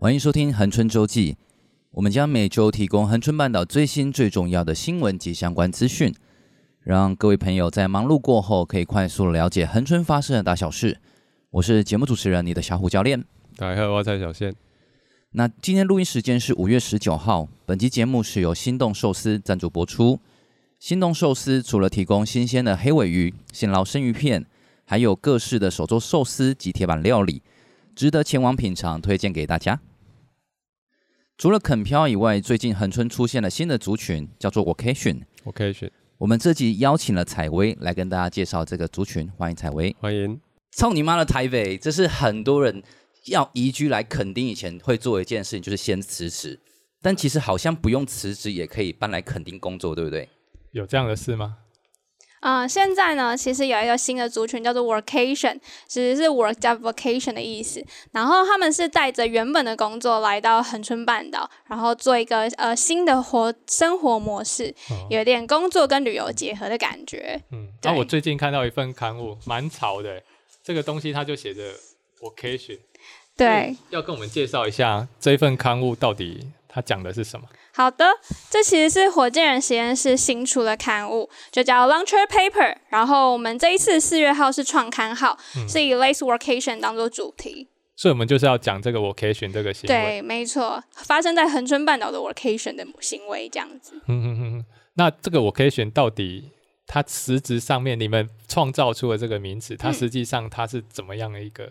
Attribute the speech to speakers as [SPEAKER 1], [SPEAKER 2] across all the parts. [SPEAKER 1] 欢迎收听恒春周记，我们将每周提供恒春半岛最新最重要的新闻及相关资讯，让各位朋友在忙碌过后可以快速了解恒春发生的大小事。我是节目主持人，你的小虎教练。
[SPEAKER 2] 大家好，我是蔡小宪。
[SPEAKER 1] 那今天录音时间是五月十九号，本期节目是由心动寿司赞助播出。心动寿司除了提供新鲜的黑尾鱼、现捞生鱼片，还有各式的手做寿司及铁板料理，值得前往品尝，推荐给大家。除了垦漂以外，最近恒春出现了新的族群，叫做 Vacation。
[SPEAKER 2] 我可以选，
[SPEAKER 1] 我们这集邀请了采薇来跟大家介绍这个族群，欢迎采薇。
[SPEAKER 2] 欢迎。
[SPEAKER 1] 操你妈的台北！这是很多人要移居来垦丁以前会做一件事情，就是先辞职。但其实好像不用辞职也可以搬来垦丁工作，对不对？
[SPEAKER 2] 有这样的事吗？
[SPEAKER 3] 嗯、现在呢，其实有一个新的族群叫做 workation，其实是 work 加 vacation 的意思。然后他们是带着原本的工作来到恒春半岛，然后做一个呃新的活生活模式，
[SPEAKER 2] 哦、
[SPEAKER 3] 有点工作跟旅游结合的感觉。
[SPEAKER 2] 嗯。
[SPEAKER 3] 对
[SPEAKER 2] 那、我最近看到一份刊物，蛮潮的。欸这个东西它就写着 vacation。
[SPEAKER 3] 对，，
[SPEAKER 2] 要跟我们介绍一下这份刊物到底它讲的是什么？
[SPEAKER 3] 好的，这其实是火箭人实验室新出的刊物，就叫 Launcher Paper。然后我们这一次四月号是创刊号，是以 Lace Workation 当做主题。
[SPEAKER 2] 所以我们就是要讲这个 vacation 这个行为。
[SPEAKER 3] 对，没错，发生在恒春半岛的 workation 的行为这样子。
[SPEAKER 2] 嗯嗯嗯。那这个 vacation 到底它实质上面你们创造出的这个名词，它
[SPEAKER 3] 嗯
[SPEAKER 2] 实际上它是怎么样的一个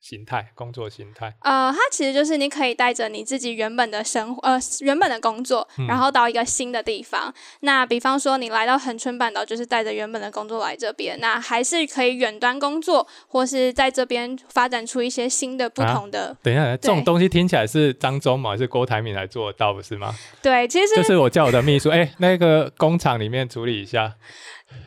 [SPEAKER 2] 形态？工作形态？
[SPEAKER 3] 呃，它其实就是你可以带着你自己原本的生活，呃，原本的工作，然后到一个新的地方。那比方说，你来到恒春半岛，就是带着原本的工作来这边，那还是可以远端工作，或是在这边发展出一些新的不
[SPEAKER 2] 啊
[SPEAKER 3] 同的。
[SPEAKER 2] 等一下，这种
[SPEAKER 3] 对
[SPEAKER 2] 东西听起来是张忠谋还是郭台铭来做得到，不是吗？
[SPEAKER 3] 对，其实
[SPEAKER 2] 就是我叫我的秘书，哎、 那个工厂里面处理一下。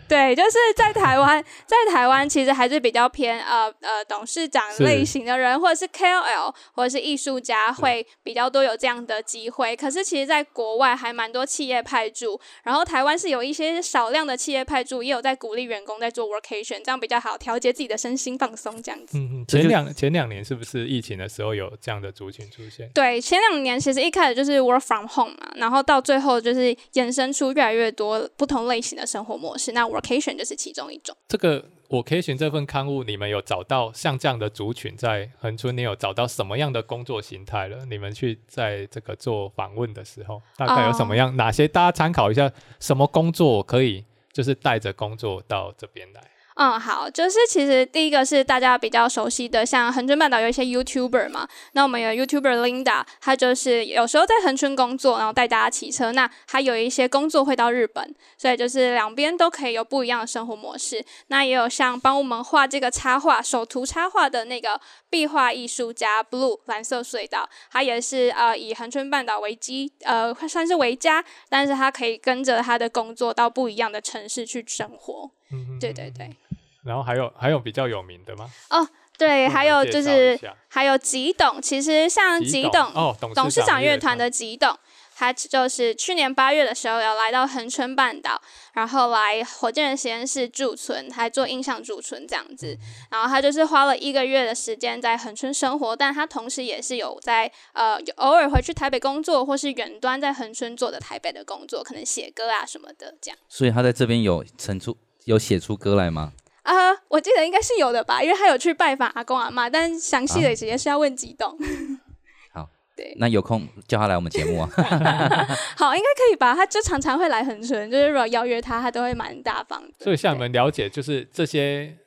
[SPEAKER 3] 对，就是在台湾，在台湾其实还是比较偏呃呃董事长
[SPEAKER 2] 是
[SPEAKER 3] 类型的人，或者是 KOL 或者是艺术家会比较多有这样的机会。可是其实，在国外还蛮多企业派驻，然后台湾是有一些少量的企业派驻，也有在鼓励员工在做 workation，这样比较好调节自己的身心放松这样子。
[SPEAKER 2] 嗯嗯，
[SPEAKER 1] 这就
[SPEAKER 2] 前两前两年是不是疫情的时候有这样的族群出现？
[SPEAKER 3] 对，前两年其实一开始就是 work from home 嘛，然后到最后就是衍生出越来越多不同类型的生活模式，那 workation 就是其中一种。
[SPEAKER 2] 这个我可以选这份刊物，你们有找到像这样的族群在恒春，你有找到什么样的工作形态了？你们去在这个做访问的时候，大概有什么样、哪些？大家参考一下，什么工作可以就是带着工作到这边来？
[SPEAKER 3] 嗯，好，就是其实第一个是大家比较熟悉的，像恒春半岛有一些 YouTuber 嘛，那我们有 YouTuber Linda，她就是有时候在恒春工作，然后带大家骑车。那她有一些工作会到日本，所以就是两边都可以有不一样的生活模式。那也有像帮我们画这个插画、手图插画的那个壁画艺术家 Blue 蓝色隧道，他也是呃以恒春半岛为基，呃算是为家，但是他可以跟着他的工作到不一样的城市去生活。
[SPEAKER 2] 嗯
[SPEAKER 3] 对对对。
[SPEAKER 2] 然后还有还有比较有名的吗？
[SPEAKER 3] 对，
[SPEAKER 2] 为我
[SPEAKER 3] 还
[SPEAKER 2] 们
[SPEAKER 3] 有
[SPEAKER 2] 介
[SPEAKER 3] 就
[SPEAKER 2] 绍
[SPEAKER 3] 是
[SPEAKER 2] 一下
[SPEAKER 3] 还有吉董，其实像吉董
[SPEAKER 2] 哦，董
[SPEAKER 3] 董事长乐
[SPEAKER 2] 团
[SPEAKER 3] 团的吉董，他就是去年八月的时候有来到恒春半岛，然后来火箭人实验室驻村，还做印象驻村这样
[SPEAKER 2] 嗯
[SPEAKER 3] 子。然后他就是花了一个月的时间在恒春生活，但他同时也是有在呃有偶尔回去台北工作，或是远端在恒春做的台北的工作，可能写歌啊什么的这样。
[SPEAKER 1] 所以他在这边有成出有写出歌来吗？
[SPEAKER 3] 啊、我记得应该是有的吧，因为他有去拜访阿公阿妈，但详细的直接是要问吉董。
[SPEAKER 1] 那有空叫他来我们节 目啊。
[SPEAKER 3] 好，应该可以吧？他就常常会来恒春，就是如果邀约他，他都会蛮大方的。
[SPEAKER 2] 所以像
[SPEAKER 3] 对
[SPEAKER 2] 你们了解，就是这些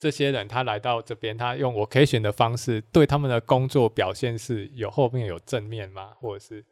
[SPEAKER 2] 这些人他来到这边，他用我可以选的方式，对他们的工作表现是有后面有正面吗？或者是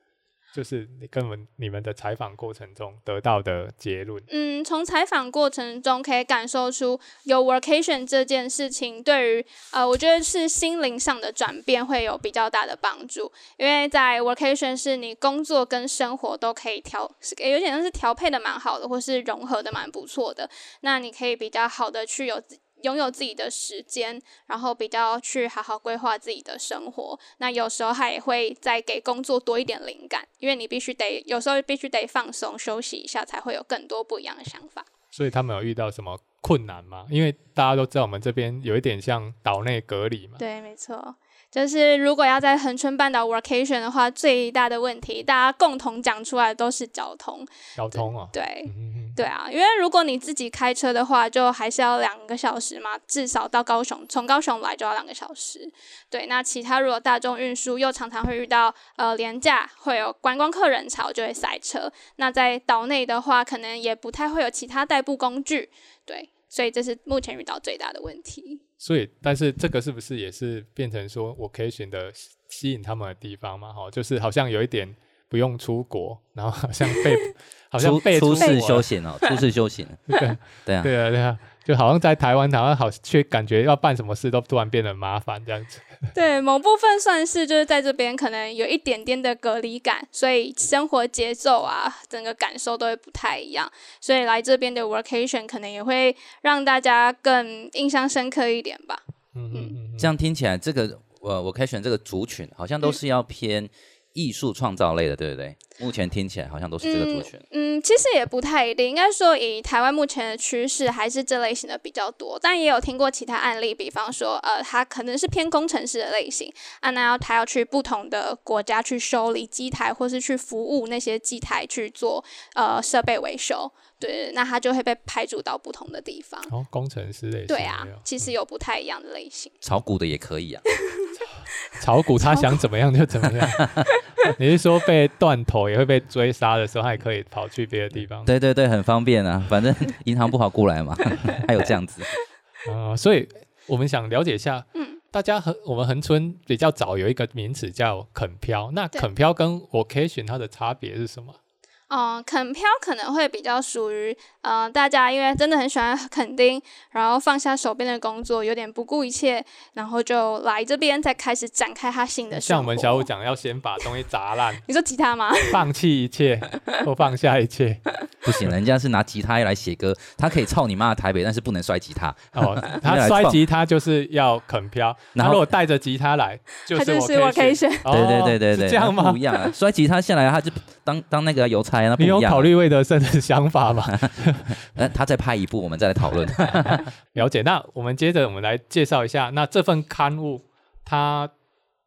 [SPEAKER 2] 就是你跟我们你们的采访过程中得到的结论？
[SPEAKER 3] 嗯，从采访过程中可以感受出有 workation 这件事情对于呃，我觉得是心灵上的转变会有比较大的帮助，因为在 workation 是你工作跟生活都可以调，是有点像是调配的蛮好的，或是融合的蛮不错的。那你可以比较好的去有自拥有自己的时间，然后比较去好好规划自己的生活。那有时候它也会再给工作多一点灵感，因为你必须得有时候必须得放松休息一下，才会有更多不一样的想法。
[SPEAKER 2] 所以他们有遇到什么困难吗？因为大家都知道我们这边有一点像岛内隔离嘛，
[SPEAKER 3] 对，没错。就是如果要在恒春半岛 workation 的话，最大的问题大家共同讲出来的都是交通。
[SPEAKER 2] 交通哦，
[SPEAKER 3] 对
[SPEAKER 2] 嗯，嗯嗯
[SPEAKER 3] 对啊，因为如果你自己开车的话，就还是要两个小时嘛，至少到高雄，从高雄来就要两个小时。对，那其他如果大众运输又常常会遇到呃廉价，会有观光客人潮就会塞车。那在岛内的话，可能也不太会有其他代步工具。对，所以这是目前遇到最大的问题。
[SPEAKER 2] 所以，但是这个是不是也是变成说我可以选择吸吸引他们的地方嘛？哈，就是好像有一点不用出国，然后好像 被好像
[SPEAKER 1] 出
[SPEAKER 2] 被
[SPEAKER 1] 出
[SPEAKER 2] 国
[SPEAKER 1] 世休
[SPEAKER 2] 了
[SPEAKER 1] 闲 哦，出世休闲，
[SPEAKER 2] 对
[SPEAKER 1] 对啊，
[SPEAKER 2] 对啊对啊，就好像在台湾，好像好却感觉要办什么事都突然变得麻烦这样子。
[SPEAKER 3] 对，某部分算是就是在这边可能有一点点的隔离感，所以生活节奏啊，整个感受都会不太一样。所以来这边的 workation 可能也会让大家更印象深刻一点吧。
[SPEAKER 2] 嗯嗯嗯嗯，
[SPEAKER 1] 这样听起来，这个呃，我可以选这个族群，好像都是要偏艺术创造类的，对不对？目前听起来好像都是这个族群。
[SPEAKER 3] 嗯，其实也不太一定，应该说以台湾目前的趋势，还是这类型的比较多。但也有听过其他案例，比方说，呃，他可能是偏工程师的类型，啊，那要他要去不同的国家去修理机台，或是去服务那些机台去做呃设备维修，对，那他就会被排除到不同的地方。
[SPEAKER 2] 然后哦工程师类型
[SPEAKER 3] 对啊
[SPEAKER 2] 也有，嗯
[SPEAKER 3] 其实有不太一样的类型。
[SPEAKER 1] 炒股的也可 以啊，
[SPEAKER 2] 炒股他想怎么样就怎么 样。你是说被断头也会被追杀的时候，还可以跑去别的地方？
[SPEAKER 1] 对对对，很方便啊，反正 银行不好过来嘛， 还有这样子，
[SPEAKER 2] 啊、所以我们想了解一下，嗯，大家很我们恒春比较早有一个名词叫垦漂，那
[SPEAKER 3] 对
[SPEAKER 2] 垦漂跟 vocation 它的差别是什么？
[SPEAKER 3] 嗯，垦漂可能会比较属于，呃，大家因为真的很喜欢垦丁，然后放下手边的工作，有点不顾一切，然后就来这边，再开始展开他新的生
[SPEAKER 2] 像
[SPEAKER 3] 活。，
[SPEAKER 2] 我们小五，讲，要先把东西砸烂
[SPEAKER 3] 你说吉他吗？
[SPEAKER 2] 放弃一切或放下一切。
[SPEAKER 1] 不 行，人家是拿吉他来写歌，他可以操你妈的台北，但是不能摔吉他，
[SPEAKER 2] 哦，
[SPEAKER 1] 来
[SPEAKER 2] 他
[SPEAKER 1] 放
[SPEAKER 2] 摔吉他就是要垦漂，
[SPEAKER 1] 然
[SPEAKER 2] 他
[SPEAKER 1] 后
[SPEAKER 2] 如果带着吉他来，就
[SPEAKER 3] 他
[SPEAKER 2] 是
[SPEAKER 3] 就是
[SPEAKER 2] vocation。
[SPEAKER 3] vacation。
[SPEAKER 2] 哦
[SPEAKER 1] 对对对对对，
[SPEAKER 2] 是这样
[SPEAKER 1] 那
[SPEAKER 2] 吗
[SPEAKER 1] 不一？样啊，摔吉他下来他就当当那个邮差啊，那不
[SPEAKER 2] 你
[SPEAKER 1] 一
[SPEAKER 2] 有
[SPEAKER 1] 样
[SPEAKER 2] 考
[SPEAKER 1] 啊。
[SPEAKER 2] 虑魏德胜的想法吗？
[SPEAKER 1] 呃，他再拍一部，我们再来讨 论。
[SPEAKER 2] 了解。那我们接着我们来介绍一下，那这份刊物它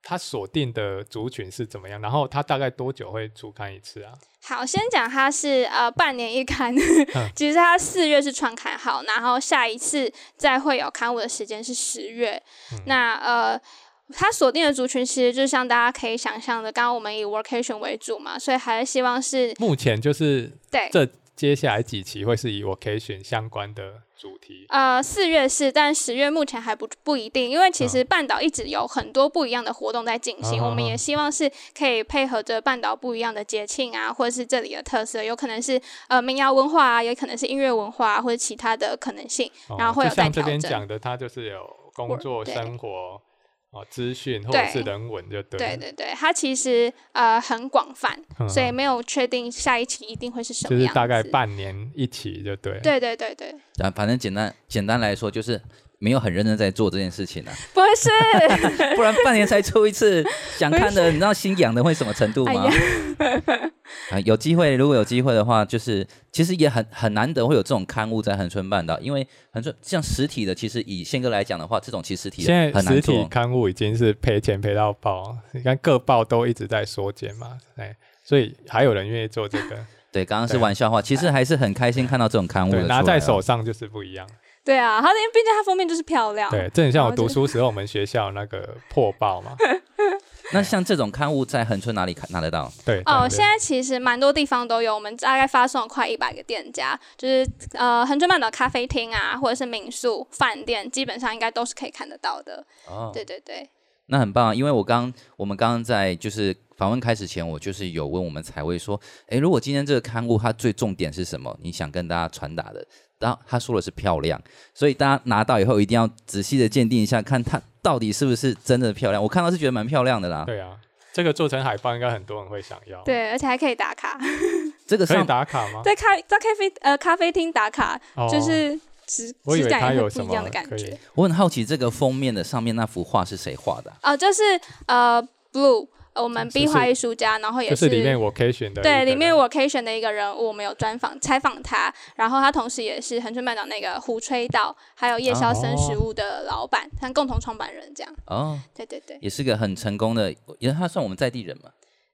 [SPEAKER 2] 它锁定的族群是怎么样？然后它大概多久会出刊一次啊？
[SPEAKER 3] 好，先讲它是呃半年一刊，
[SPEAKER 2] 嗯
[SPEAKER 3] 其实它四月是创刊号，然后下一次再会有刊物的时间是十月。
[SPEAKER 2] 嗯
[SPEAKER 3] 那呃。它锁定的族群其实就像大家可以想象的，刚刚我们以 workation 为主嘛，所以还是希望是
[SPEAKER 2] 目前就是
[SPEAKER 3] 对
[SPEAKER 2] 这接下来几期会是以 vocation 相关的主题。
[SPEAKER 3] 呃，四月是，但十月目前还不不一定，因为其
[SPEAKER 2] 嗯
[SPEAKER 3] 实半岛一直有很多不一样的活动在进行，
[SPEAKER 2] 啊啊啊
[SPEAKER 3] 我们也希望是可以配合着半岛不一样的节庆啊，或者是这里的特色，有可能是呃民谣文化啊，也可能是音乐文化、啊、或者其他的可能性。然后会
[SPEAKER 2] 哦就
[SPEAKER 3] 有再
[SPEAKER 2] 像这
[SPEAKER 3] 调
[SPEAKER 2] 边
[SPEAKER 3] 整
[SPEAKER 2] 讲的，它就是有工
[SPEAKER 3] Work，
[SPEAKER 2] 作、
[SPEAKER 3] 对
[SPEAKER 2] 生活、哦资讯或者
[SPEAKER 3] 对
[SPEAKER 2] 是人文，就对。
[SPEAKER 3] 对。对对，它其实呃很广泛，
[SPEAKER 2] 嗯
[SPEAKER 3] 所以没有确定下一期一定会是什
[SPEAKER 2] 就
[SPEAKER 3] 么
[SPEAKER 2] 是
[SPEAKER 3] 样子。
[SPEAKER 2] 大概半年一期，就对。。
[SPEAKER 3] 对对对对，
[SPEAKER 1] 啊，反正简单简单来说就是没有很认真在做这件事情啊，
[SPEAKER 3] 不是，
[SPEAKER 1] 不然半年才出一 次，想看的你知道心痒的会什么程度
[SPEAKER 3] 哎
[SPEAKER 1] 吗
[SPEAKER 3] 呀？
[SPEAKER 1] 啊，有机会，如果有机会的话，就是其实也很很难得会有这种刊物在恒春半岛，因为恒春像实体的，其实以宪哥来讲的话，这种其实实体
[SPEAKER 2] 现
[SPEAKER 1] 的
[SPEAKER 2] 在
[SPEAKER 1] 很
[SPEAKER 2] 实
[SPEAKER 1] 难
[SPEAKER 2] 体
[SPEAKER 1] 做。
[SPEAKER 2] 刊物已经是赔钱赔到爆，你看各报都一直在缩减嘛，哎，所以还有人愿意做这 个，
[SPEAKER 1] 对，刚刚是
[SPEAKER 2] 对哎
[SPEAKER 1] 玩笑话，其实还是很开心看到这种刊物的
[SPEAKER 2] 对，
[SPEAKER 1] 出
[SPEAKER 2] 拿
[SPEAKER 1] 来
[SPEAKER 2] 在
[SPEAKER 1] 啊
[SPEAKER 2] 手上就是不一样。
[SPEAKER 3] 对啊，它因为毕竟它封面就是漂亮。
[SPEAKER 2] 对，这很像我
[SPEAKER 3] 然后
[SPEAKER 2] 读
[SPEAKER 3] 就
[SPEAKER 2] 书时候我们学校那个破报 嘛，
[SPEAKER 1] 那像这种刊物在恒春哪里看拿得到？
[SPEAKER 2] 对。
[SPEAKER 3] 哦，
[SPEAKER 2] 对
[SPEAKER 3] 现在其实蛮多地方都有，我们大概发送了快一百个店家，就是呃恒春半岛咖啡厅啊，或者是民宿、饭店，基本上应该都是可以看得到的。
[SPEAKER 1] 哦
[SPEAKER 3] 对对对，
[SPEAKER 1] 那很棒啊，因为我刚我们刚刚在就是访问开始前，我就是有问我们采薇说，诶，如果今天这个刊物它最重点是什么？你想跟大家传达的，然后他说的是漂亮，所以大家拿到以后一定要仔细的鉴定一下，看它到底是不是真的漂亮。我看到是觉得蛮漂亮的啦，
[SPEAKER 2] 对啊，这个做成海报应该很多人会想要，，
[SPEAKER 3] 对，而且还可以打卡，
[SPEAKER 2] 哦
[SPEAKER 1] 这个
[SPEAKER 2] 可以
[SPEAKER 1] 上
[SPEAKER 2] 打卡吗？
[SPEAKER 3] 在咖在咖啡呃咖啡厅打卡，
[SPEAKER 2] 哦
[SPEAKER 3] 就是质
[SPEAKER 2] 我以
[SPEAKER 3] 质
[SPEAKER 2] 为
[SPEAKER 3] 感
[SPEAKER 2] 它
[SPEAKER 3] 也
[SPEAKER 2] 有
[SPEAKER 3] 会
[SPEAKER 2] 什
[SPEAKER 3] 不一
[SPEAKER 2] 么
[SPEAKER 3] 样的感
[SPEAKER 2] 可以
[SPEAKER 3] 觉。
[SPEAKER 1] 我很好奇这个封面的上面那幅画是谁画的啊、
[SPEAKER 3] 哦、就是呃 blue。呃我们
[SPEAKER 2] 是
[SPEAKER 3] B 华艺术家，然后
[SPEAKER 2] 啊
[SPEAKER 3] 也
[SPEAKER 2] 就是里面 vocation 的一个
[SPEAKER 3] 对
[SPEAKER 2] 人，
[SPEAKER 3] 里面 vocation 的一个人物，我们有专访采访他，然后他同时也是恒春半岛那个胡吹道还有夜宵生
[SPEAKER 2] 哦
[SPEAKER 3] 食物的老板，他们共同创办人这样。
[SPEAKER 1] 哦，
[SPEAKER 3] 对对对，
[SPEAKER 1] 也是个很成功的，因为他算我们在地人嘛。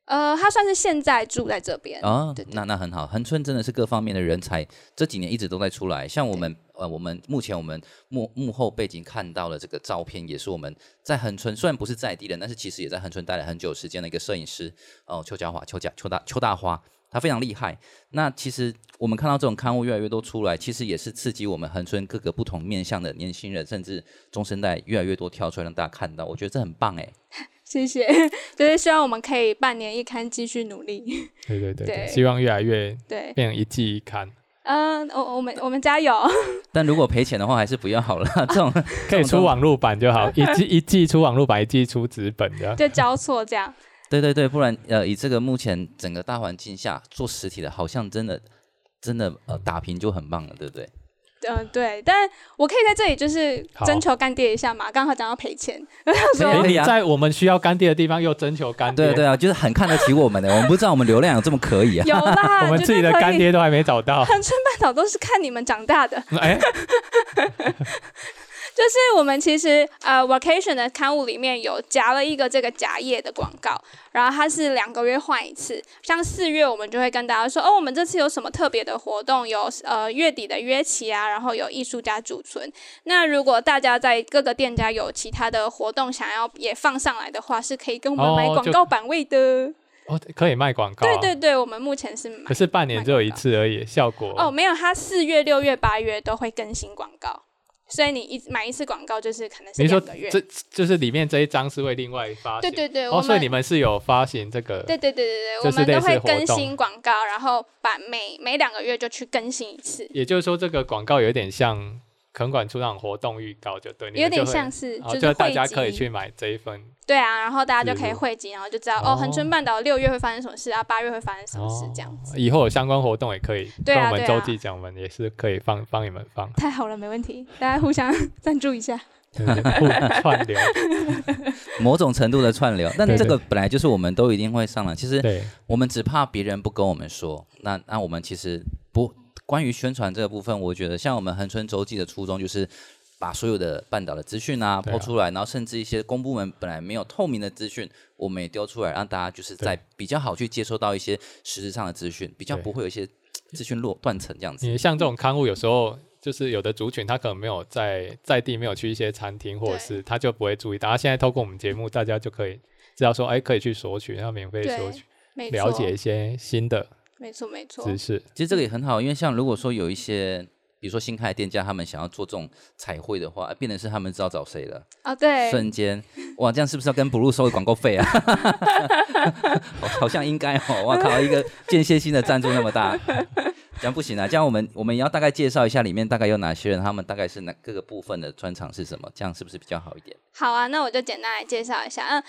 [SPEAKER 3] 呃，他算是现在住在这边。
[SPEAKER 1] 哦
[SPEAKER 3] 对，对
[SPEAKER 1] 那那很好，恒春真的是各方面的人才，这几年一直都在出来。像我们呃，我们目前我们幕幕后背景看到了这个照片，也是我们在恒春虽然不是在地人，但是其实也在恒春待了很久时间的一个摄影师哦、邱家华、邱家、邱大、邱大花，他非常厉害。那其实我们看到这种刊物越来越多出来，其实也是刺激我们恒春各个不同面向的年轻人，甚至中生代越来越多跳出来让大家看到，我觉得这很棒哎。
[SPEAKER 3] 谢谢， 就是希望我们可以半年一刊继续努力。
[SPEAKER 2] 对对对对，
[SPEAKER 3] 对
[SPEAKER 2] 希望越来越
[SPEAKER 3] 对，
[SPEAKER 2] 变成一季一 刊，
[SPEAKER 3] 嗯、我我们我们加油。
[SPEAKER 1] 但如果赔钱的话，还是不要好了。这种
[SPEAKER 2] 可以出网络版就 好，一季一季出网络版，一季出纸本这样。
[SPEAKER 3] 就交错这样。
[SPEAKER 1] 对对对，不然呃，以这个目前整个大环境下做实体的，好像真的真的呃打平就很棒了，对不 对？
[SPEAKER 3] 嗯、对，但我可以在这里就是
[SPEAKER 2] 好
[SPEAKER 3] 征求干爹一下嘛，刚好讲到赔钱，
[SPEAKER 1] 没有
[SPEAKER 2] 诶
[SPEAKER 1] 问
[SPEAKER 2] 哎你
[SPEAKER 1] 题啊
[SPEAKER 2] 在我们需要干爹的地方又征求干爹，
[SPEAKER 1] 对对啊，就是很看得起我们的，我们不知道我们流量有这么可以啊。
[SPEAKER 3] 有啦，
[SPEAKER 2] 我们
[SPEAKER 3] 绝
[SPEAKER 2] 自己
[SPEAKER 3] 对
[SPEAKER 2] 的
[SPEAKER 3] 可以
[SPEAKER 2] 干，爹都还没找到。
[SPEAKER 3] 恒春半岛都是看你们长大的。
[SPEAKER 2] 哎，
[SPEAKER 3] 就是我们其实呃，Vacation 的刊物里面有夹了一个这个夹页的广告，然后它是两个月换一次，像四月我们就会跟大家说，哦，我们这次有什么特别的活动，有呃月底的约期啊，然后有艺术家驻村。那如果大家在各个店家有其他的活动想要也放上来的话，是可以跟我们
[SPEAKER 2] 哦
[SPEAKER 3] 买广
[SPEAKER 2] 就
[SPEAKER 3] 告版位的。
[SPEAKER 2] 哦，可以卖广告啊。
[SPEAKER 3] 对对对，我们目前是买
[SPEAKER 2] 可是半年只有一次而已，效果
[SPEAKER 3] 哦，没有，它四月、六月、八月都会更新广告，所以你一买一次广告就是可能是
[SPEAKER 2] 你说
[SPEAKER 3] 两个月。
[SPEAKER 2] 这就是里面这一张是为另外发
[SPEAKER 3] 对
[SPEAKER 2] 行，
[SPEAKER 3] 对对，我
[SPEAKER 2] 哦，所以
[SPEAKER 3] 们
[SPEAKER 2] 你们是有发行这个，
[SPEAKER 3] 对对对对对，
[SPEAKER 2] 就
[SPEAKER 3] 我
[SPEAKER 2] 是
[SPEAKER 3] 们都
[SPEAKER 2] 类
[SPEAKER 3] 会
[SPEAKER 2] 似活
[SPEAKER 3] 更
[SPEAKER 2] 动
[SPEAKER 3] 新广告，然后把每每两个月就去更新一次，
[SPEAKER 2] 也就是说这个广告有点像垦管出那种活动预告，就对，你们
[SPEAKER 3] 有点
[SPEAKER 2] 就会
[SPEAKER 3] 像是
[SPEAKER 2] 哦，
[SPEAKER 3] 是
[SPEAKER 2] 就大
[SPEAKER 3] 汇
[SPEAKER 2] 家可以
[SPEAKER 3] 集
[SPEAKER 2] 去。买这一份
[SPEAKER 3] 对啊，然后大家就可
[SPEAKER 2] 记
[SPEAKER 3] 以
[SPEAKER 2] 录
[SPEAKER 3] 汇集，然后就知道哦，恒春
[SPEAKER 2] 哦
[SPEAKER 3] 半岛六月会发生什么事啊，八月会发生什么事这样
[SPEAKER 2] 哦
[SPEAKER 3] 子。
[SPEAKER 2] 以后有相关活动也可以
[SPEAKER 3] 对
[SPEAKER 2] 跟
[SPEAKER 3] 啊
[SPEAKER 2] 我们
[SPEAKER 3] 对
[SPEAKER 2] 周
[SPEAKER 3] 啊
[SPEAKER 2] 记讲，我们也是可以放帮你们放
[SPEAKER 3] 太好了，没问题，大家互相 赞助一下。
[SPEAKER 2] 就是互 串流。
[SPEAKER 1] 某种程度的串流，但
[SPEAKER 2] 对对
[SPEAKER 1] 这个本来就是我们都一定会上了。其实
[SPEAKER 2] 对，
[SPEAKER 1] 我们只怕别人不跟我们说，那那我们其实不关于宣传这个部分，我觉得像我们恒春周记的初衷就是。把所有的半岛的资讯啊
[SPEAKER 2] 对啊
[SPEAKER 1] 抛出来，然后甚至一些公部门本来没有透明的资讯，我们也丢出来，让大家就是在
[SPEAKER 2] 对
[SPEAKER 1] 比较好去接收到一些实质上的资讯，比较
[SPEAKER 2] 对嗯
[SPEAKER 1] 不会有一些资讯落断层这样子。
[SPEAKER 2] 你像这种刊物，有时候就是有的族群他可能没有在在地没有去一些餐厅，或者
[SPEAKER 3] 对
[SPEAKER 2] 是他就不会注意到。他现在透过我们节目，大家就可以知道说，哎，可以去索取，然后免费索
[SPEAKER 3] 对
[SPEAKER 2] 取，
[SPEAKER 3] 没错，
[SPEAKER 2] 了解一些新的
[SPEAKER 3] 没错，没错，
[SPEAKER 2] 知识。
[SPEAKER 1] 其实这个也很好，因为像如果说有一些，比如说新开的店家，他们想要做这种彩绘的话，变成是他们知道找谁了。
[SPEAKER 3] 哦，对，
[SPEAKER 1] 瞬间，哇，这样是不是要跟 Blue 收个广告费啊？ 好好像应该哦，哇靠，一个间歇性的赞助那么大，这样不行啊！这样我们我们也要大概介绍一下里面大概有哪些人，他们大概是哪各个部分的专长是什么，这样是不是比较好一点？
[SPEAKER 3] 好啊，那我就简单来介绍一下。嗯，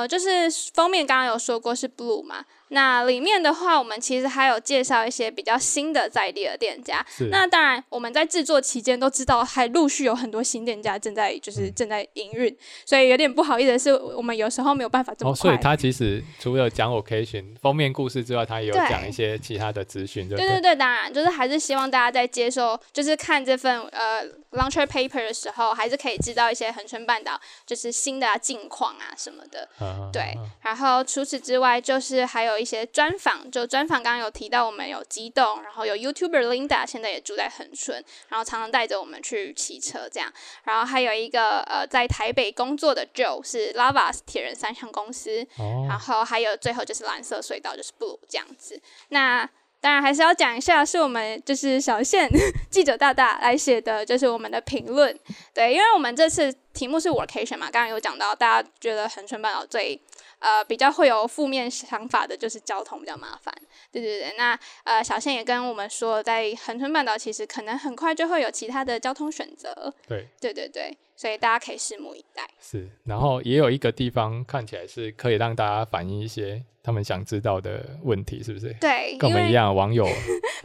[SPEAKER 3] 呃，就是封面刚刚有说过是 blue 嘛，那里面的话，我们其实还有介绍一些比较新的在地的店家。
[SPEAKER 2] 是
[SPEAKER 3] 那当然，我们在制作期间都知道，还陆续有很多新店家正在
[SPEAKER 2] 嗯
[SPEAKER 3] 就是正在营运，所以有点不好意思的是，我们有时候没有办法这么
[SPEAKER 2] 哦，所
[SPEAKER 3] 快。
[SPEAKER 2] 以他其实除了讲 occasion 封面故事之外，他也有
[SPEAKER 3] 对
[SPEAKER 2] 讲一些其他的资讯，对不
[SPEAKER 3] 对对对，当然就是还是希望大家在接受，就是看这份呃 launcher paper 的时候，还是可以知道一些恒春半岛就是新的、啊、近况啊什么的。
[SPEAKER 2] 嗯
[SPEAKER 3] 对，然后除此之外，就是还有一些专访，就专访刚刚有提到，我们有激动，然后有 YouTuber Linda 现在也住在恒春，然后常常带着我们去骑车这样，然后还有一个呃在台北工作的 Joe 是 Lavas 铁人三项公司，然
[SPEAKER 2] 哦，
[SPEAKER 3] 后还有最后就是蓝色隧道就是 Blue 这样子，那。当然还是要讲一下，是我们就是小线 记者大大来写的，就是我们的评论。对，因为我们这次题目是 workation 嘛，刚刚有讲到，大家觉得恒春半岛最呃比较会有负面想法的就是交通比较麻烦，对对对。那呃小倩也跟我们说，在恒春半岛其实可能很快就会有其他的交通选择，
[SPEAKER 2] 对，
[SPEAKER 3] 对对对，所以大家可以拭目以待。
[SPEAKER 2] 是。然后也有一个地方看起来是可以让大家反映一些
[SPEAKER 4] 他们想知道的问题，是不是？
[SPEAKER 3] 对，
[SPEAKER 4] 跟我
[SPEAKER 3] 因
[SPEAKER 4] 们一
[SPEAKER 3] 为
[SPEAKER 4] 样，网友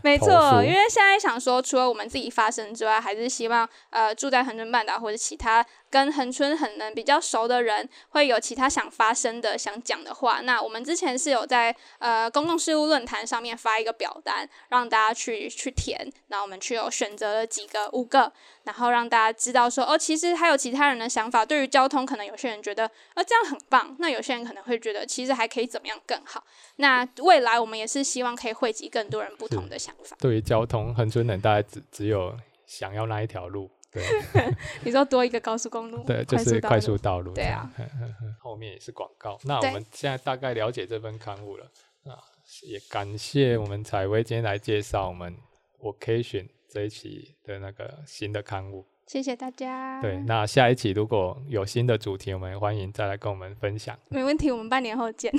[SPEAKER 3] 没
[SPEAKER 4] 投
[SPEAKER 3] 错，
[SPEAKER 4] 诉
[SPEAKER 3] 因为现在想说，除了我们自己发声之外，还是希望呃住在恒春半岛或者其他跟恒春很能比较熟的人，会有其他想发声的、想讲的话。那我们之前是有在呃公共事务论坛上面发一个表单，让大家去去填，然后我们去有选择了几个五个，然后让大家知道说哦，其实还有其他人的想法。对于交通，可能有些人觉得呃这样很棒，那有些人可能会觉得其实还可以怎么样更好。那未来我们也是希望可以汇集更多人不同的想法。
[SPEAKER 4] 对于交通，恒春人大概只只有想要那一条路， 对
[SPEAKER 3] 你说多一个高速公路，
[SPEAKER 4] 对，就是快
[SPEAKER 3] 道
[SPEAKER 4] 速
[SPEAKER 3] 路。
[SPEAKER 4] 道路。
[SPEAKER 3] 对啊
[SPEAKER 4] 这样，后面也是广告。那
[SPEAKER 3] 对
[SPEAKER 4] 我们现在大概了解这份刊物了啊，也感谢我们采薇今天来介绍我们 Vocation 这一期的那个新的刊物。
[SPEAKER 3] 谢谢大家。
[SPEAKER 4] 对，那下一期如果有新的主题，我们欢迎再来跟我们分享。
[SPEAKER 3] 没问题，我们半年后见。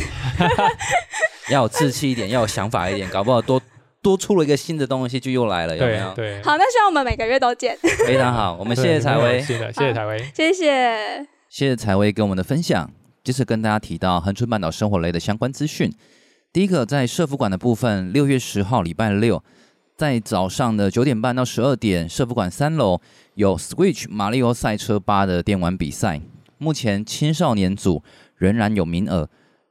[SPEAKER 1] 要有志气一点，要有想法一点，搞不好多多出了一个新的东西就又来了，有没
[SPEAKER 4] 对
[SPEAKER 1] 有？
[SPEAKER 4] 对，
[SPEAKER 3] 好，那希望我们每个月都见，
[SPEAKER 1] 非常好，我
[SPEAKER 4] 我
[SPEAKER 1] 们谢谢采薇，
[SPEAKER 4] 是的，谢谢采薇。
[SPEAKER 3] 谢谢。
[SPEAKER 1] 谢谢采薇给我们的分享。接着跟大家提到恒春半岛生活类的相关资讯。第一个，在社福馆的部分，六月十号礼拜六，在早上的九点半到十二点，社福馆三楼有 Switch 马里奥赛车八的电玩比赛。目前青少年组仍然有名额，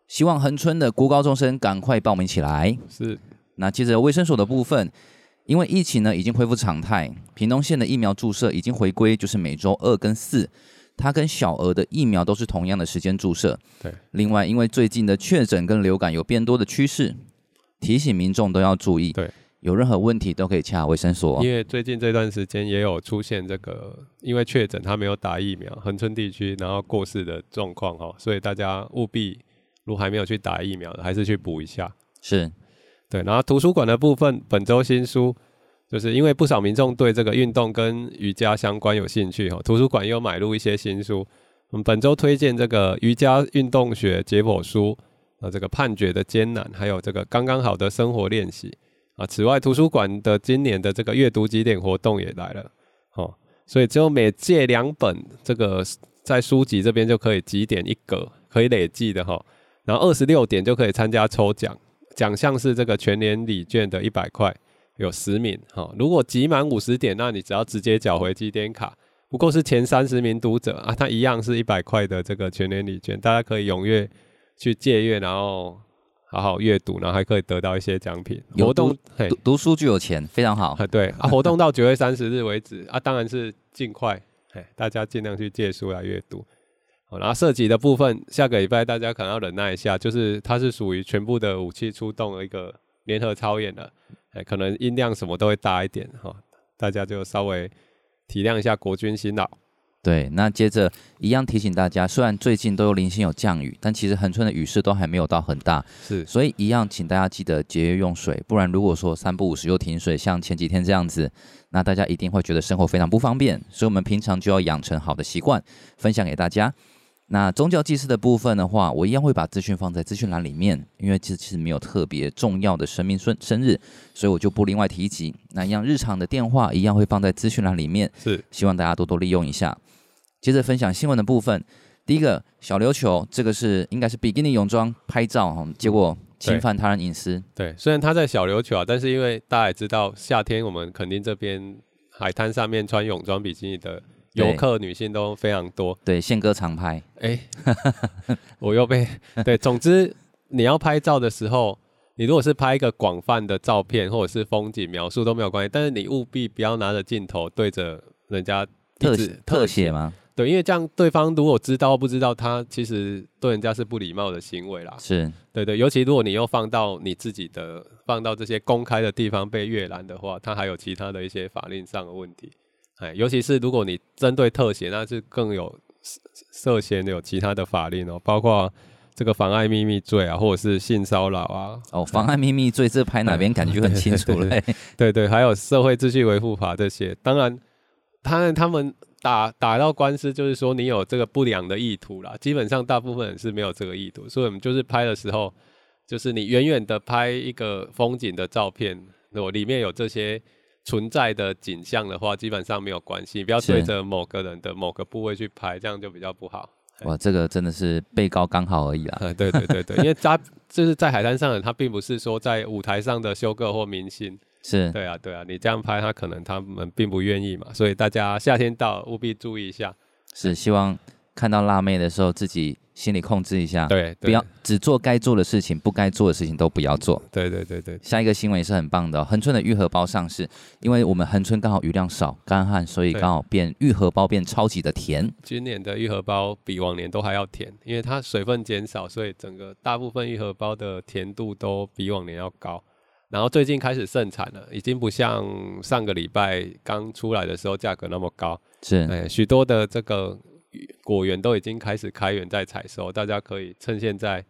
[SPEAKER 1] 希望恒春的国高中生赶快报名起来。
[SPEAKER 4] 是
[SPEAKER 1] 那接着卫生所的部分，因为疫情呢已经恢复常态，屏东县的疫苗注射已经回归，就是每周二跟四，它跟小儿的疫苗都是同样的时间注射。
[SPEAKER 4] 对。
[SPEAKER 1] 另外，因为最近的确诊跟流感有变多的趋势，提醒民众都要注意。
[SPEAKER 2] 对。
[SPEAKER 1] 有任何问题都可以洽卫生所
[SPEAKER 2] 因。为最近这段时间也有出现这个，因为确诊他没有打疫苗，恒春地区然后过世的状况哈，所以大家务必如果还没有去打疫苗的，还是去补一下。
[SPEAKER 1] 是
[SPEAKER 2] 对，然后图书馆的部分，本周新书就是因为不少民众对这个运动跟瑜伽相关有兴趣哦哈，图书馆也有买入一些新书。我们本周推荐这个《瑜伽运动学解剖书》啊，这个判决的艰难，还有这个刚刚好的生活练习啊。此外，图书馆的今年的这个阅读几点活动也来了哦，所以只有每借两本这个在书籍这边就可以几点一格，可以累计的哈、然后二十六点就可以参加抽奖。奖项是这个全年礼券的一百块，有十名哈、哦如果集满五十点，那你只要直接缴回积点卡。不过是前三十名读者啊，它一样是一百块的这个全年礼券，大家可以踊跃去借阅，然后好好阅读，然后还可以得到一些奖品。
[SPEAKER 1] 有
[SPEAKER 2] 活动
[SPEAKER 1] 读
[SPEAKER 2] 嘿
[SPEAKER 1] 读读书就有钱，非常好。
[SPEAKER 2] 啊，对啊， 活动到九月三十日为止啊，当然是尽快，哎，大家尽量去借书来阅读。好，然后涉及的部分，下个礼拜大家可能要忍耐一下，就是它是属于全部的武器出动的一个联合操演的，哎，可能音量什么都会大一点哈、大家就稍微体谅一下国军辛劳。
[SPEAKER 1] 对，那接着一样提醒大家，虽然最近都有零星有降雨，但其实恒春的雨势都还没有到很大，
[SPEAKER 2] 是
[SPEAKER 1] 所以一样，请大家记得节约用水，不然如果说三不五时又停水，像前几天这样子，那大家一定会觉得生活非常不方便。所以我们平常就要养成好的习惯，分享给大家。那宗教祭祀的部分的话，我一样会把资讯放在资讯栏里面，因为这次没有特别重要的神明生生日，所以我就不另外提及。那一样日常的电话一样会放在资讯栏里面，
[SPEAKER 2] 是，
[SPEAKER 1] 希望大家多多利用一下。接着分享新闻的部分，第一个小琉球，这个是应该是比基尼泳装拍照
[SPEAKER 2] 嗯
[SPEAKER 1] 哈，结果侵犯他人隐私，
[SPEAKER 2] 对，虽然它在小琉球啊，但是因为大家也知道，夏天我们肯定这边海滩上面穿泳装比基尼的游
[SPEAKER 1] 对
[SPEAKER 2] 客女性都非常多，
[SPEAKER 1] 对，宪哥常拍，
[SPEAKER 2] 哎、 我又被对。总之，你要拍照的时候，你如果是拍一个广泛的照片或者是风景描述都没有关系，但是你务必不要拿着镜头对着人家一
[SPEAKER 1] 特
[SPEAKER 2] 直
[SPEAKER 1] 写特写吗？
[SPEAKER 2] 对，因为这样对方如果知道不知道，他其实对人家是不礼貌的行为啦。
[SPEAKER 1] 是
[SPEAKER 2] 对对，尤其如果你又放到你自己的放到这些公开的地方被阅览的话，它还有其他的一些法令上的问题。哎，尤其是如果你针对特写，那是更有涉涉嫌有其他的法令哦，包括这个妨碍秘密罪啊，或者是性骚扰啊，
[SPEAKER 1] 哦，妨碍秘密罪这拍哪边感觉很清楚嘞，
[SPEAKER 2] 对对，还有社会秩序维护法这些。当然，当然他们打打到官司，就是说你有这个不良的意图啦。基本上大部分人是没有这个意图，所以我们就是拍的时候，就是你远远的拍一个风景的照片，如果里面有这些存在的景象的话，基本上没有关系。不要
[SPEAKER 1] 是
[SPEAKER 2] 对着某个人的某个部位去拍，这样就比较不好。
[SPEAKER 1] 哇，这个真的是被告刚好而已 啦。
[SPEAKER 2] 呃，对对对对，因为他就是在海滩上的，他并不是说在舞台上的修个或明星。
[SPEAKER 1] 是，
[SPEAKER 2] 对啊，对啊，你这样拍他可能他们并不愿意嘛，所以大家夏天到务必注意一下。
[SPEAKER 1] 是，希望看到辣妹的时候，自己心里控制一下，
[SPEAKER 2] 对，对
[SPEAKER 1] 啊不要只做该做的事情，不该做的事情都不要做。
[SPEAKER 2] 对对对对，
[SPEAKER 1] 下一个新闻也是很棒的、哦，恒春的玉荷包上市，因为我们恒春刚好雨量少、干旱，所以
[SPEAKER 2] 对
[SPEAKER 1] 刚好变玉荷包变超级的甜。
[SPEAKER 2] 今年的愈合包比往年都还要甜，因为它水分减少，所以整个大部分愈合包的甜度都比往年要高。然后最近开始盛产了，已经不像上个礼拜刚出来的时候价格那么高。
[SPEAKER 1] 是，
[SPEAKER 2] 哎，许多的这个果园都已经开始开园在采收，大家可以趁现在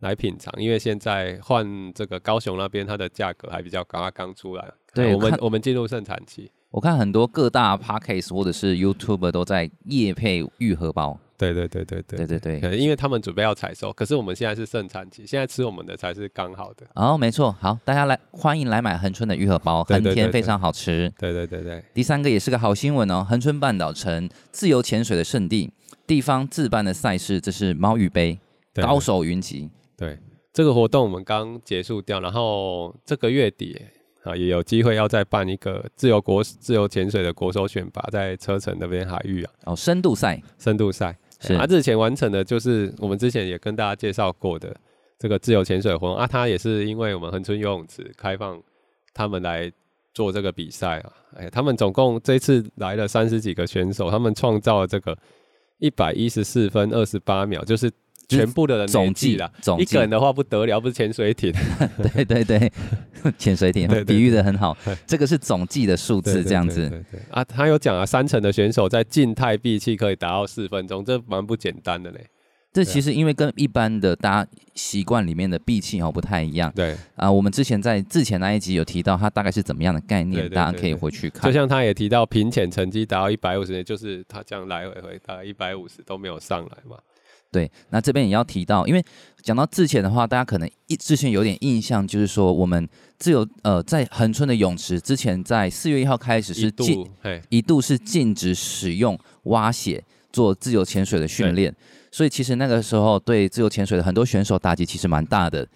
[SPEAKER 2] 来品尝，因为现在换这个高雄那边它的价格还比较高，它刚出来。
[SPEAKER 1] 对
[SPEAKER 2] 我们
[SPEAKER 1] 看
[SPEAKER 2] 我们进入盛产期。
[SPEAKER 1] 我看很多各大 podcast 或者是 YouTube 都在夜配玉荷包。
[SPEAKER 2] 对对对对对
[SPEAKER 1] 对对对
[SPEAKER 2] 可，能因为他们准备要采收，可是我们现在是盛产期，现在吃我们的才是刚好的。
[SPEAKER 1] 哦，没错， 好，大家来欢迎来买恒春的玉荷包，
[SPEAKER 2] 对
[SPEAKER 1] 很
[SPEAKER 2] 对
[SPEAKER 1] 甜，
[SPEAKER 2] 对
[SPEAKER 1] 非
[SPEAKER 2] 对
[SPEAKER 1] 常好吃。
[SPEAKER 2] 对对对对，
[SPEAKER 1] 第三个也是个好新闻哦，恒春半岛成自由潜水的圣地，地方自办的赛事，这是猫屿杯
[SPEAKER 2] 对
[SPEAKER 1] 高手云集，
[SPEAKER 2] 对这个活动我们刚结束掉，然后这个月底啊也有机会要再办一个自由国自由潜水的国手选拔，在车城那边海域啊
[SPEAKER 1] 哦，深度赛
[SPEAKER 2] 深度赛。
[SPEAKER 1] 是
[SPEAKER 2] 啊，日前完成的就是我们之前也跟大家介绍过的这个自由潜水活动啊，它也是因为我们恒春游泳池开放他们来做这个比赛啊，哎，他们总共这次来了三十几个选手，他们创造了这个一百一十四分二十八秒，就是全部的人
[SPEAKER 1] 总
[SPEAKER 2] 累计
[SPEAKER 1] 计
[SPEAKER 2] 啦。
[SPEAKER 1] 总
[SPEAKER 2] 一
[SPEAKER 1] 计
[SPEAKER 2] 个，人的话不得了，不是潜水艇，
[SPEAKER 1] 对对对， 潜水艇
[SPEAKER 2] 对对对
[SPEAKER 1] 比喻的很好
[SPEAKER 2] 对，
[SPEAKER 1] 这个是总计的数字，这样
[SPEAKER 2] 对
[SPEAKER 1] 子
[SPEAKER 2] 对对对啊。他有讲啊，三成的选手在静态闭气可以达到四分钟，这蛮不简单的嘞。
[SPEAKER 1] 这其实因为跟一般的大家习惯里面的闭气哦不太一样
[SPEAKER 2] 对，
[SPEAKER 1] 啊，我们之前在之前那一集有提到它大概是怎么样的概
[SPEAKER 2] 对
[SPEAKER 1] 念，
[SPEAKER 2] 对
[SPEAKER 1] 大家
[SPEAKER 2] 对
[SPEAKER 1] 可以
[SPEAKER 2] 对
[SPEAKER 1] 回去看
[SPEAKER 2] 就。像他也提到，平潜成绩达到一百五十，就是他这样来回回大概一百五十都没有上来嘛。
[SPEAKER 1] 对，那这边也要提到，因为讲到自潜的话，大家可能一之前有点印象，就是说我们自由呃在恒春的泳池之前，在四月一号开始
[SPEAKER 2] 一
[SPEAKER 1] 是禁
[SPEAKER 2] 度，嘿，
[SPEAKER 1] 一度是禁止使用蛙鞋做自由潜水的训练，所以其实那个时候对自由潜水的很多选手打击其实蛮大的。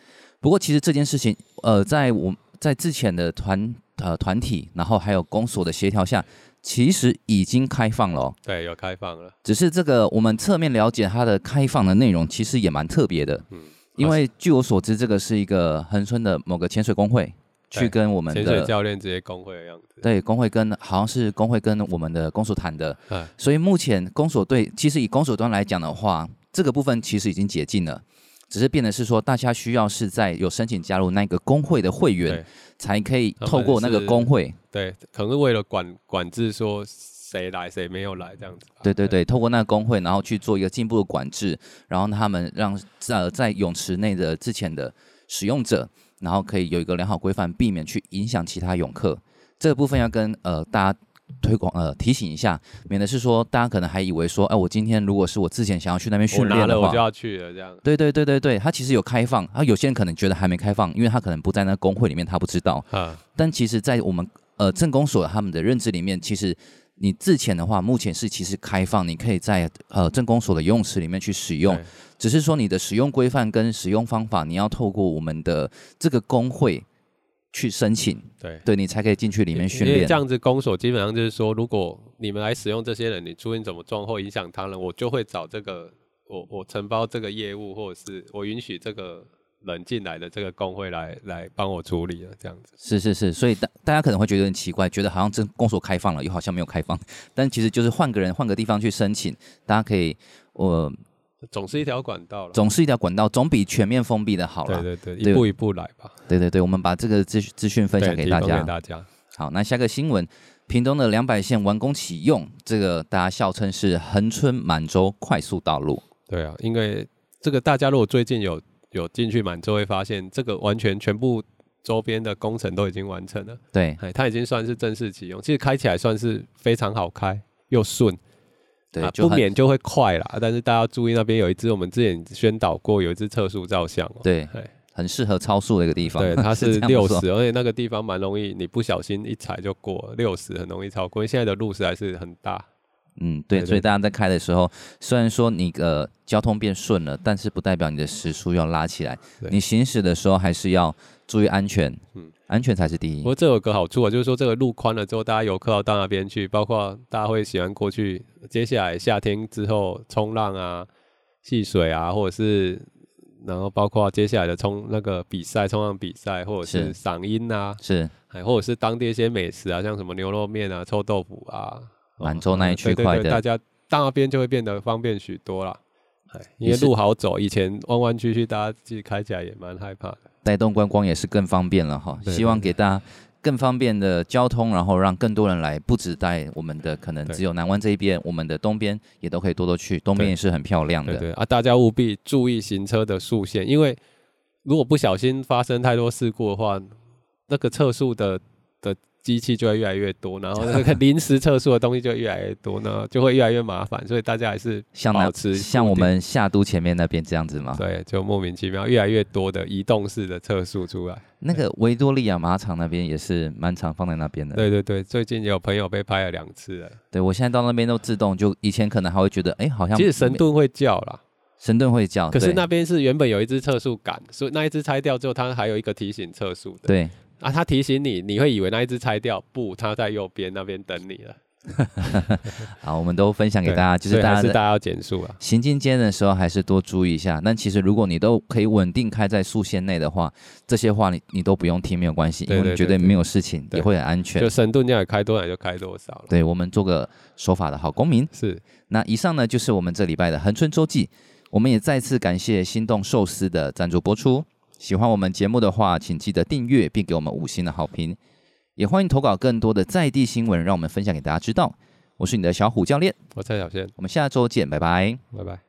[SPEAKER 1] 不过其实这件事情，呃，在我在之前的团呃团体，然后还有公所的协调下，其实已经开放了哦、
[SPEAKER 2] 对，有开放了，
[SPEAKER 1] 只是这个我们侧面了解它的开放的内容，其实也蛮特别的。
[SPEAKER 2] 嗯
[SPEAKER 1] 因为据我所知，这个是一个恒春的某个潜水工会
[SPEAKER 2] 对
[SPEAKER 1] 去跟我们
[SPEAKER 2] 潜水
[SPEAKER 1] 的
[SPEAKER 2] 教练直接工会的样子。
[SPEAKER 1] 对工会跟好像是工会跟我们的公所谈的
[SPEAKER 2] 嗯，
[SPEAKER 1] 所以目前公所对其实以公所端来讲的话，这个部分其实已经解禁了。只是变的是说，大家需要是在有申请加入那个工会的会员
[SPEAKER 2] 对，
[SPEAKER 1] 才可以
[SPEAKER 2] 他
[SPEAKER 1] 透
[SPEAKER 2] 们
[SPEAKER 1] 过那个
[SPEAKER 2] 是
[SPEAKER 1] 工会，
[SPEAKER 2] 对，可能是为了管管制说谁来谁没有来这样子吧。
[SPEAKER 1] 对对对，透过那个工会，然后去做一个进一步的管制，然后他们让呃在泳池内的之前的使用者，然后可以有一个良好规范，避免去影响其他泳客。这个部分要跟呃大家推广呃提醒一下，免得是说大家可能还以为说，哎、我今天如果是我之前想要去那边
[SPEAKER 2] 我
[SPEAKER 1] 训
[SPEAKER 2] 拿
[SPEAKER 1] 练
[SPEAKER 2] 了
[SPEAKER 1] 的
[SPEAKER 2] 我
[SPEAKER 1] 话
[SPEAKER 2] 就，要去了这样。
[SPEAKER 1] 对对对对对，它其实有开放，啊，有些人可能觉得还没开放，因为他可能不在那个工会里面，他不知道。
[SPEAKER 2] 啊，
[SPEAKER 1] 但其实，在我们呃政工所他们的认知里面，其实你自潜的话，目前是其实开放，你可以在呃政工所的游泳池里面去使用
[SPEAKER 2] 对，
[SPEAKER 1] 只是说你的使用规范跟使用方法，你要透过我们的这个工会去申请，
[SPEAKER 2] 对。
[SPEAKER 1] 对你才可以进去里面训
[SPEAKER 2] 因为
[SPEAKER 1] 练
[SPEAKER 2] 这。样子，公所基本上就是说，如果你们来使用这些人，你出现什么状况影响他人，我就会找这个我我承包这个业务，或者是我允许这个人进来的这个工会来来帮我处理了这样子。
[SPEAKER 1] 是是是，所以大大家可能会觉得很奇怪，觉得好像政公所开放了，又好像没有开放，但其实就是换个人、换个地方去申请，大家可以，我、
[SPEAKER 2] 总是一条管道了。
[SPEAKER 1] 总是一条管道，总比全面封闭的好啦。
[SPEAKER 2] 对对对，
[SPEAKER 1] 对
[SPEAKER 2] 一步一步来吧，
[SPEAKER 1] 对对对，我们把这个资资讯分享
[SPEAKER 2] 对
[SPEAKER 1] 给
[SPEAKER 2] 提
[SPEAKER 1] 大
[SPEAKER 2] 供
[SPEAKER 1] 家
[SPEAKER 2] 给。大家
[SPEAKER 1] 好，那下个新闻，屏东的两百线完工启用，这个大家笑称是恒春满洲快速道路。
[SPEAKER 2] 对啊，因为这个大家如果最近有有进去满洲，会发现这个完全全部周边的工程都已经完成了，
[SPEAKER 1] 对
[SPEAKER 2] 哎，它已经算是正式启用，其实开起来算是非常好开又顺，
[SPEAKER 1] 对，
[SPEAKER 2] 啊、
[SPEAKER 1] 就
[SPEAKER 2] 不
[SPEAKER 1] 很
[SPEAKER 2] 免就会快啦。但是大家要注意那边有一只我们之前宣导过有一只测速照相、哦，
[SPEAKER 1] 对
[SPEAKER 2] 哎，
[SPEAKER 1] 很适合超速的一个地方。
[SPEAKER 2] 对， 它是
[SPEAKER 1] 这样
[SPEAKER 2] 六
[SPEAKER 1] 说
[SPEAKER 2] 十，而且那个地方蛮容易，你不小心一踩就过六十，60很容易超过。因为现在的路实在是很大，
[SPEAKER 1] 嗯，对，
[SPEAKER 2] 对
[SPEAKER 1] 所以
[SPEAKER 2] 对
[SPEAKER 1] 大家在开的时候，虽然说你呃交通变顺了，但是不代表你的时速要拉起来。
[SPEAKER 2] 对
[SPEAKER 1] 你行驶的时候还是要注意安全，
[SPEAKER 2] 嗯
[SPEAKER 1] 安全才是第一
[SPEAKER 2] 不。过这有个好处啊，就是说这个路宽了之后，大家游客要到那边去，包括大家会喜欢过去。接下来夏天之后，冲浪啊、戏水啊，或者是然后包括接下来的冲那个比赛、冲浪比赛，或者
[SPEAKER 1] 是
[SPEAKER 2] 是赏樱啊，
[SPEAKER 1] 是
[SPEAKER 2] 哎，或者是当地一些美食啊，像什么牛肉面啊、臭豆腐啊，哦
[SPEAKER 1] 满洲那一区
[SPEAKER 2] 对对
[SPEAKER 1] 块
[SPEAKER 2] 对
[SPEAKER 1] 的
[SPEAKER 2] 大家到那边就会变得方便许多啦。哎，因
[SPEAKER 1] 也
[SPEAKER 2] 为
[SPEAKER 1] 是
[SPEAKER 2] 路好走，以前弯弯曲曲，大家自己开起来也蛮害怕的。
[SPEAKER 1] 带动观光也是更方便了哈。
[SPEAKER 2] 对
[SPEAKER 1] 希望给大家更方便的交通，然后让更多人来，不止在我们的可能
[SPEAKER 2] 对
[SPEAKER 1] 只有南湾这一边，我们的东边也都可以多多去，东边
[SPEAKER 2] 对
[SPEAKER 1] 也是很漂亮
[SPEAKER 2] 对
[SPEAKER 1] 的。
[SPEAKER 2] 对啊，大家务必注意行车的速限，因为如果不小心发生太多事故的话，那个测速的的机器就会越来越多，然后 那个临时测速的东西就越来越多，那就会越来越麻烦，所以大家还是
[SPEAKER 1] 像
[SPEAKER 2] 保
[SPEAKER 1] 那
[SPEAKER 2] 持
[SPEAKER 1] 像我
[SPEAKER 2] 固定
[SPEAKER 1] 们夏都前面那边这样子吗？
[SPEAKER 2] 对，就莫名其妙越来越多的移动式的测速出来。
[SPEAKER 1] 那个维多利亚马场那边也是蛮常放在那边的。
[SPEAKER 2] 对对对，最近也有朋友被拍了两次了，
[SPEAKER 1] 对我现在到那边都自动，就以前可能还会觉得，哎，好像
[SPEAKER 2] 其实神盾会叫啦，
[SPEAKER 1] 神盾会叫，
[SPEAKER 2] 可是
[SPEAKER 1] 哦对
[SPEAKER 2] 那边是原本有一只测速杆，所以那一只拆掉之后，它还有一个提醒测速的。
[SPEAKER 1] 对
[SPEAKER 2] 啊，他提醒你，你会以为那一只拆掉，不，他在右边那边等你了。
[SPEAKER 1] 好，我们都分享给
[SPEAKER 2] 对
[SPEAKER 1] 大家，就
[SPEAKER 2] 所
[SPEAKER 1] 是
[SPEAKER 2] 以
[SPEAKER 1] 大家
[SPEAKER 2] 还是大
[SPEAKER 1] 在
[SPEAKER 2] 家要减速啊。
[SPEAKER 1] 行进间的时候还是多注意一下。但其实如果你都可以稳定开在速线内的话，这些话你你都不用听，没有关系，
[SPEAKER 2] 对
[SPEAKER 1] 因为
[SPEAKER 2] 对
[SPEAKER 1] 你绝
[SPEAKER 2] 对对
[SPEAKER 1] 没有事情，
[SPEAKER 2] 对
[SPEAKER 1] 也会很安
[SPEAKER 2] 就
[SPEAKER 1] 全。
[SPEAKER 2] 深度要开多少就开多少了。
[SPEAKER 1] 对我们做个守法的好公民。
[SPEAKER 2] 是，
[SPEAKER 1] 那以上呢，就是我们这礼拜的恒春周记。我们也再次感谢心动寿司的赞助播出。喜欢我们节目的话，请记得订阅并给我们五星的好评，也欢迎投稿更多的在地新闻，让我们分享给大家知道。我是你的小虎教练，
[SPEAKER 2] 我蔡小仙，
[SPEAKER 1] 我们下周见，拜拜。
[SPEAKER 2] 拜拜。